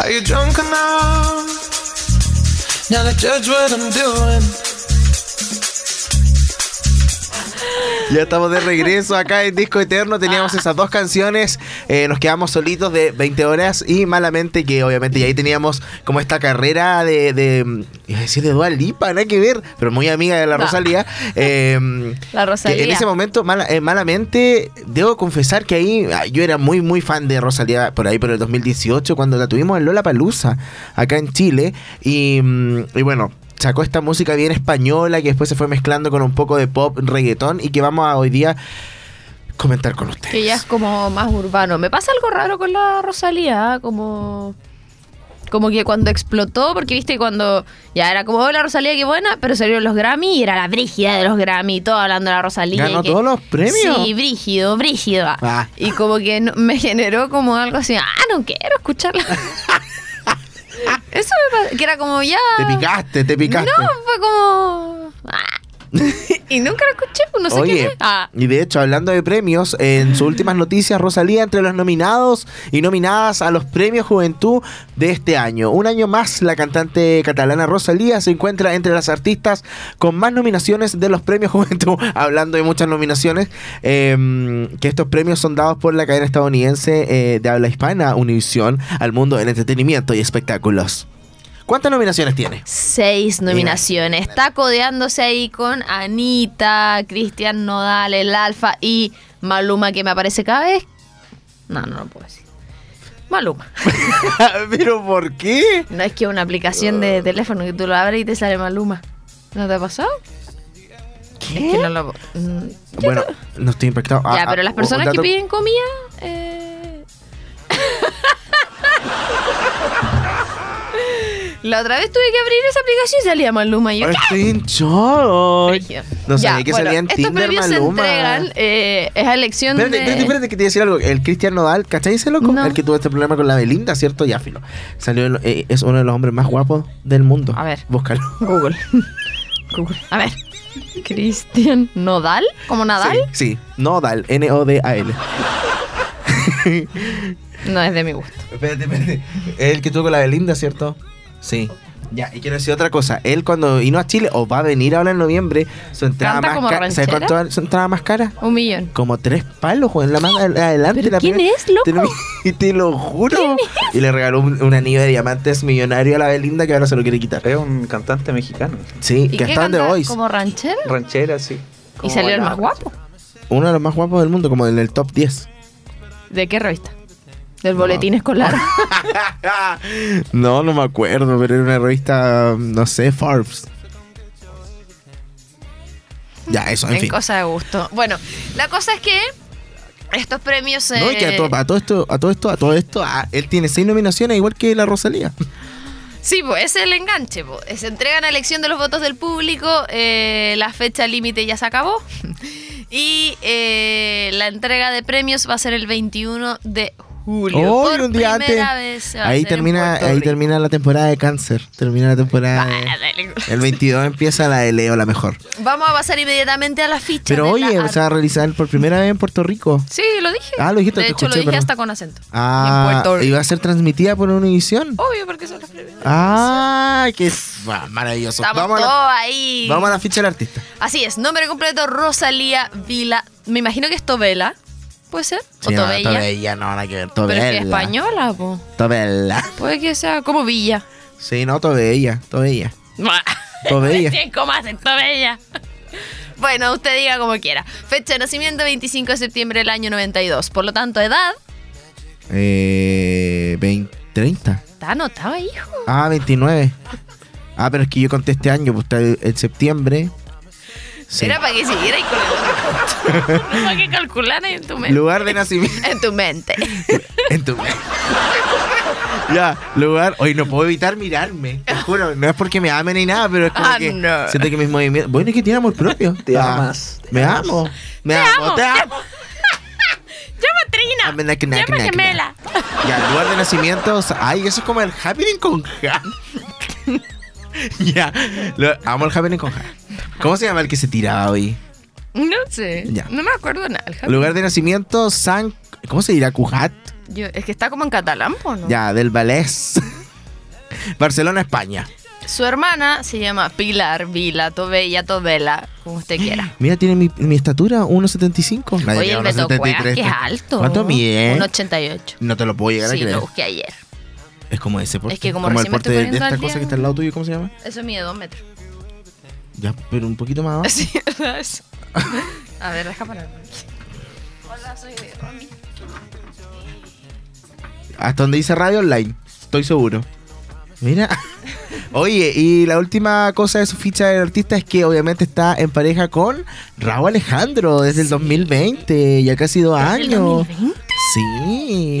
Are you drunk enough? Now to judge what I'm doing. Ya estamos de regreso acá en Disco Eterno. Teníamos esas dos canciones. eh, nos quedamos solitos de 20 horas y malamente que obviamente y ahí teníamos como esta carrera de, de mm, iba a decir de Dua Lipa, nada que ver, pero muy amiga de la No. Rosalía. eh, La que Rosalía. en ese momento, mala- eh, malamente, debo confesar que ahí ah, yo era muy, muy fan de Rosalía por ahí, por el 2018, cuando la tuvimos en Lola Palusa, acá en Chile. Y, mm, y bueno, sacó esta música bien española que después se fue mezclando con un poco de pop, reggaetón y que vamos a hoy día comentar con ustedes. Que ya es como más urbano. Me pasa algo raro con la Rosalía, ¿ah? como. Como que cuando explotó, porque viste, cuando ya era como, oh, la Rosalía, qué buena, pero salieron los Grammy y era la brígida de los Grammy, todo hablando de la Rosalía. Ganó y que- todos los premios. Sí, brígido, brígido. ah. Ah. Y como que no- me generó como algo así, ah, no quiero escucharla. Eso me pasó, que era como ya. Te picaste, te picaste. No, fue como. ah. y nunca la escuché, pues, no sé Oye, qué fue. Ah. y de hecho, hablando de premios, en sus últimas noticias, Rosalía entre los nominados y nominadas a los premios Juventud de este año. Un año más, la cantante catalana Rosalía se encuentra entre las artistas con más nominaciones de los premios Juventud, hablando de muchas nominaciones, eh, que estos premios son dados por la cadena estadounidense eh, de habla hispana, Univisión, al mundo del entretenimiento y espectáculos. ¿Cuántas nominaciones tiene? Seis nominaciones. Está codeándose ahí con Anita, Cristian Nodal, el Alfa y Maluma, que me aparece cada vez. No, no lo puedo decir. Maluma. ¿Pero por qué? No es que una aplicación de teléfono que tú lo abres y te sale Maluma. ¿No te ha pasado? Es que no lo. mm, ¿qué Bueno, no estoy impactado. Ah, ya, ah, pero las un personas que dato- piden comida. eh. La otra vez tuve que abrir esa aplicación y salía Maluma. Y yo, ¿qué? Estoy en shock. Brígido. No sabía Ya, que bueno, salía en estos Tinder premios Maluma. se entregan eh, es a elección Espérate, de... espérate, espérate, que te iba a decir algo. El Cristian Nodal, ¿cachai ese loco? No. El que tuvo este problema con la Belinda, ¿cierto? Ya, filo. Salió, el- eh, es uno de los hombres más guapos del mundo. A ver. Búscalo. Google. Google. A ver. Cristian Nodal, como Nadal, Sí, sí. Nodal, N-O-D-A-L. no es de mi gusto. Espérate, espérate. El que tuvo con la Belinda, ¿cierto? Sí. Ya, y quiero decir otra cosa. Él cuando vino a Chile, o va a venir ahora en noviembre, su entrada ¿Canta más como cara. ¿Sabes ranchera? cuánto vale su entrada más cara? Un millón. Como tres palos, en La más ad- adelante. ¿Pero la quién primera- es, loco? Te lo, y te lo juro. Y le regaló un, un anillo de diamantes millonario a la Belinda que ahora se lo quiere quitar. Es un cantante mexicano, Sí, ¿Y que qué está en The canta? Voice. Como ranchero. ranchera, sí. Y Como salió el bailaba. más guapo. Uno de los más guapos del mundo, como en el top 10. ¿De qué revista? Del boletín escolar. no, no me acuerdo, pero era una revista, no sé, Forbes. Ya, eso, en, en fin. cosa de gusto. Bueno, la cosa es que estos premios... No, y que a, eh, to- a todo esto, a todo esto, a todo esto, ah, él tiene seis nominaciones, igual que la Rosalía. Sí, pues ese es el enganche. po. Se entregan a elección de los votos del público, eh, la fecha límite ya se acabó y eh, la entrega de premios va a ser el 21 de julio. Oh, Por y un día primera antes. vez se va a Ahí hacer en termina, Puerto ahí Rico. termina la temporada de cáncer. Termina la temporada de- Vale. El 22 empieza la de Leo, la mejor. Vamos a pasar inmediatamente a la ficha. Pero de oye, la- se va a realizar por primera vez en Puerto Rico. Sí, lo dije. Ah, lo dijiste, De te hecho, lo escuché, dije perdón. hasta con acento. Ah, En Puerto y Rico. va a ser transmitida por Univisión. Obvio, porque son los premios. Ah, que es ah, maravilloso. Estamos Vamos a, todos la, ahí. vamos a la ficha del artista. Así es, nombre completo Rosalía Vila. Me imagino que es Tobela, ¿puede ser? O Sí, no, Tobella. Tobella, no, nada que ver. Pero es que Tobella. es española, po. Tobella. puede que sea como Villa. Sí, no, Tobella. Tobella. Tobella. Cien comas en Tobella. Bueno, usted diga como quiera. Fecha de nacimiento 25 de septiembre del año 92. Por lo tanto, edad. Eh, 20, 30. Está anotado, hijo. Ah, 29. Ah, pero es que yo conté este año, pues está en septiembre. Sí. Era para que siguiera y con el otro. para que calculara en tu mente. Lugar de nacimiento. En tu mente. En tu Ya, lugar. Hoy no puedo evitar mirarme. Te juro, no es porque me amen ni nada, pero es como Ah, que no. siento que mis movimientos. Bueno, es que tiene amor propio. Te Ah, amas, te Me amas. amo. Me amo. amo, Te te amo. Llama Trina. Ame, na, que, na, que, na, que, na. gemela. Ya, lugar de nacimientos. Ay, eso es como el happening con ja. ya, lo- amo el happening con ja. ¿Cómo se llama el que se tiraba hoy? No sé. Ya. No me acuerdo nada. el Lugar de nacimiento, San. ¿Cómo se dirá? Cujat. Yo- es que está como en catalán, ¿po ¿no? Ya, del Valés. Barcelona, España. Su hermana se llama Pilar Vila Tobella Tobela, como usted quiera. Mira, tiene mi, mi estatura, 1,75. Nadie Oye, llega a el Beto Cuevas, que es alto. ¿Cuánto mide? Un 88. No te lo puedo llegar Sí, a creer. lo busqué ayer. Es como ese porte. Es que como el recién me porte estoy de, de poniendo esta al cosa día. que está al lado tuyo, ¿cómo se llama? Eso mide dos metros. Ya, pero un poquito más abajo. Sí, eso. A ver, deja parar. Hola, soy Romy. Hasta donde dice radio online, estoy seguro. Mira. Oye, y la última cosa de su ficha de artista es que obviamente está en pareja con Raúl Alejandro desde el 2020, ya casi dos ¿Desde el años. 2020? Sí.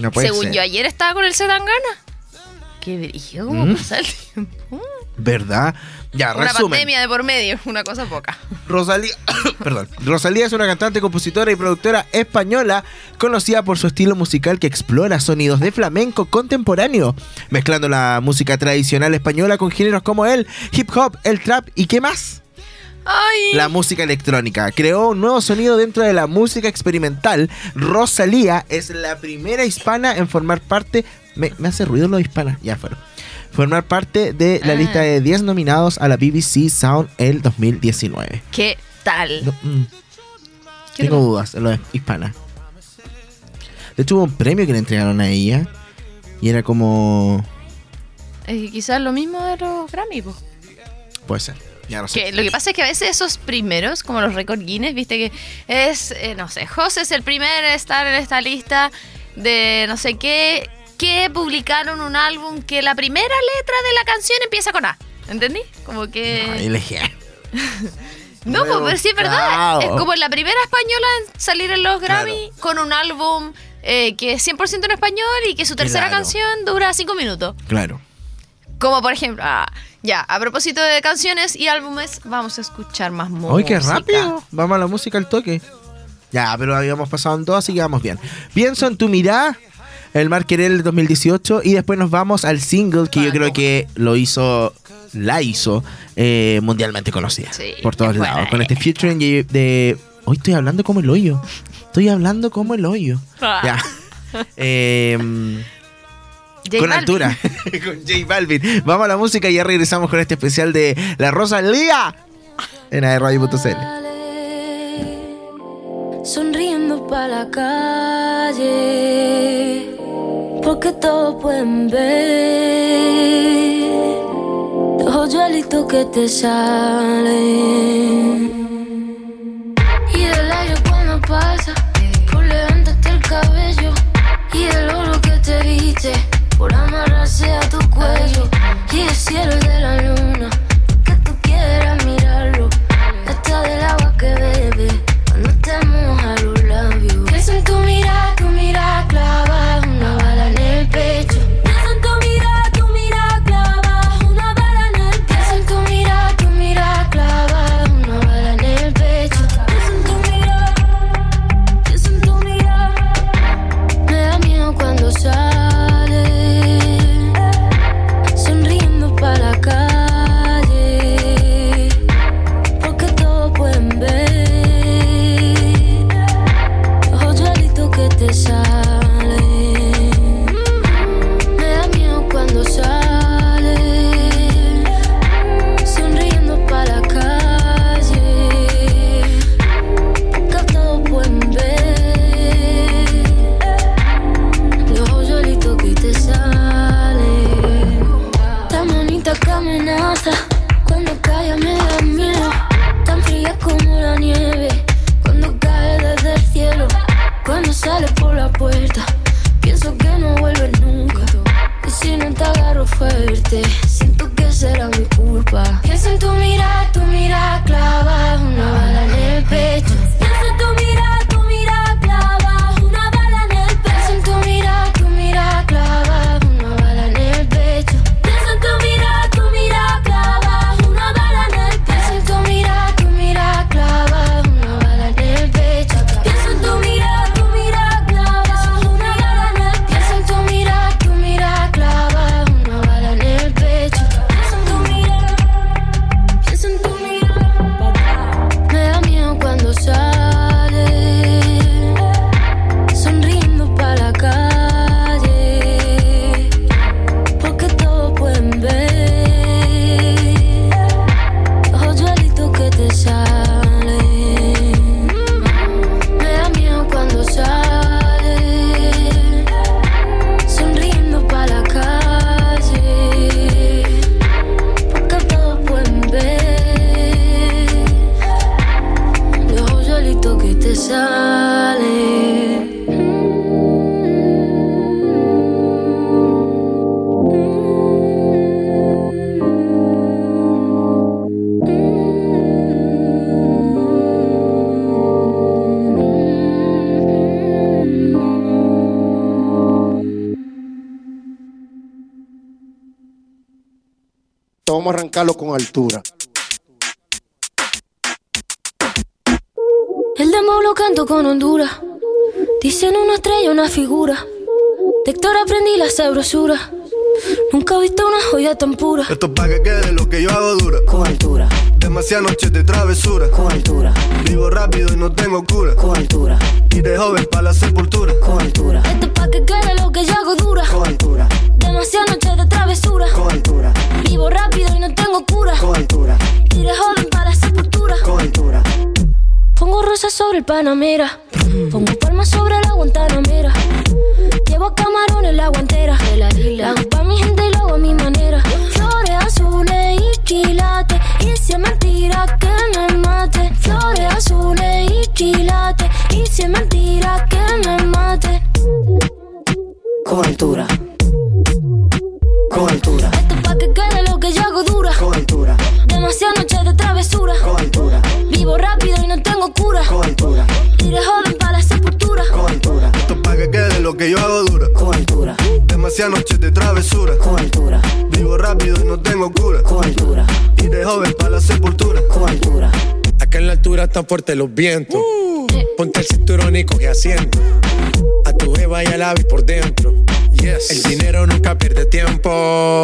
No Ah, puede Según ser. yo, ayer estaba con el Zetangana. Qué dirigido, cómo ¿Mm? pasa el tiempo. ¿Verdad? Ya, Una resumen. pandemia de por medio, una cosa poca. Rosalía, perdón. Rosalía es una cantante, compositora y productora española conocida por su estilo musical que explora sonidos de flamenco contemporáneo, mezclando la música tradicional española con géneros como el hip hop, el trap y qué más. Ay. La música electrónica creó un nuevo sonido dentro de la música experimental. Rosalía es la primera hispana en formar parte. Me, me hace ruido lo de hispana, ya fueron. Formar parte de la Ah. lista de 10 nominados a la BBC Sound el 2019. ¿Qué tal? No, mm. ¿Qué Tengo tal? dudas en lo de hispana. De hecho, hubo un premio que le entregaron a ella. Y era como. Es que quizás lo mismo de los Grammy, po. Puede ser. Ya no sé. Que lo que pasa es que a veces esos primeros, como los récord Guinness, viste que es, eh, no sé, José es el primer en estar en esta lista de no sé qué, que publicaron un álbum que la primera letra de la canción empieza con A. ¿Entendí? Como Ay, que... le dije, No, pues, pero sí es verdad. rebuscado. Es como la primera española en salir en los Grammy con un álbum eh, que es 100% en español y que su tercera Claro. canción dura 5 minutos. Claro. Como por ejemplo, ah, ya, a propósito de canciones y álbumes, vamos a escuchar más música. ¡Ay, qué rápido! Vamos a la música al toque. Ya, pero habíamos pasado en dos, así que vamos bien. Pienso en tu mirada, el Mar Querel de 2018, y después nos vamos al single que yo Paco. creo que lo hizo, la hizo eh, mundialmente conocida. Sí, por todos qué buena lados. Con este era. featuring de, de- Hoy estoy hablando como el hoyo. Estoy hablando como el hoyo. Ah. Ya. Em, J con Balvin. altura. con J Balvin. Vamos a la música y ya regresamos con este especial de La Rosa Lía en aerradio.cl. Sale, Sonriendo pa' la calle, porque todos pueden ver los hoyuelitos que te salen. Y del aire cuando pasa, por levantarte el cabello. Y del oro que te viste, por amarrarse a tu cuello. Y el cielo y de la luna, que tú quieras mirarlo. Hasta del agua que bebe, cuando te moja los labios. Pienso en tu mirada, tu mirada clava una bala en el pecho. Pienso en tu mirada, tu mirada clava una bala en el pecho. Pienso en tu mirada, tu mirada clava una bala en el pecho. Pienso en tu mirada, pienso en tu mirada. Me da miedo cuando sale, sonriendo para la calle. Esto vamos a arrancarlo con altura. El demo lo canto con Honduras. Dicen una estrella, una figura. De Héctor aprendí la sabrosura. Nunca he visto una joya tan pura. Esto pa' que quede lo que yo hago dura. con altura, Demasiadas noches de travesura. con altura, Vivo rápido y no tengo cura. con altura, Y de joven pa' la sepultura. con altura, Esto pa' que quede Este lo que yo hago dura. con altura, Demasiadas noches de travesura. con altura, Vivo rápido y no tengo cura. con altura, Iré joven para la sepultura. con altura, Pongo rosas sobre el Panamera. Pongo palmas sobre la Guantanamera. Llevo camarones la guantera. La hago pa' mi gente y lo hago a mi manera. Flores azules y quilates. Y si es mentira que me mate. Flores azules y quilates. Y si es mentira que me mate. con altura, con altura, Esto pa' que quede lo que yo hago dura. con altura, Demasiadas noches de travesura. con altura, Vivo rápido y no tengo cura. con altura, Iré joven para la sepultura. con altura, Esto pa' que quede lo que yo hago dura. con altura, Demasiadas noches de travesura. con altura, Vivo rápido y no tengo cura. con altura, Y de joven pa' la sepultura. con altura, Acá en la altura están fuertes los vientos. Ponte el cinturón y coge asiento. A tu jeva y al ave por dentro. El dinero nunca pierde tiempo.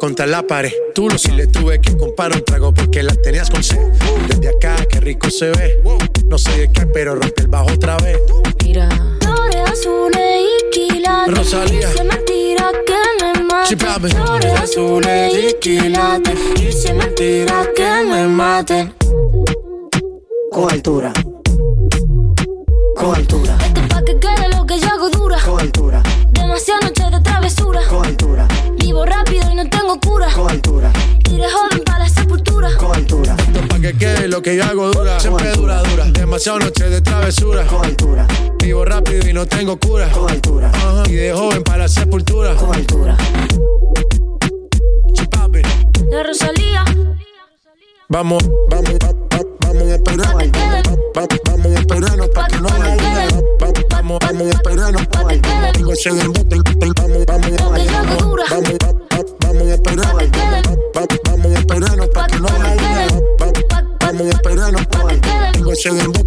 Contra la pared. Tú lo sí le tuve que comprar un trago porque la tenías con sed. Desde acá, qué rico se ve. No sé de qué, pero rompe el bajo otra vez. Mira. Flores azules y quilates. Rosalía. Y si es mentira que me Sí, mate. papi. Flores azules y quilates. Y si es mentira que me mate. con altura, con altura, Esto pa' que quede lo que yo hago dura. con altura, Demasiadas noches de travesura. con altura, Vivo rápido y no tengo cura. con altura, Iré joven para la sepultura. con altura, Esto pa' que quede lo que yo hago dura. Siempre dura, dura. Demasiado noche de travesura. con altura, Vivo rápido y no tengo cura. con altura, Ajá. Y de joven para la sepultura. con altura, Chupapi. La Rosalía. Vamos, vamos, va- va- vamos a Pa' que esperar. quede. Va- vamos a esperarnos para que no Pa' que haya quede. duda. Va- Vamos, vamos a esperarnos Pa' que quede. Tengo ese embuste, vamos, vamos, Lo vamos, que yo hago dura. vamos, va- va- vamos a Pa' que esperarnos. quede. Va- Vamos a esperarnos Pa' para que no que haya quede. duda. Va- Pa- pa- Vamos a esperarnos. Pa' que quede. Tengo ese embuste,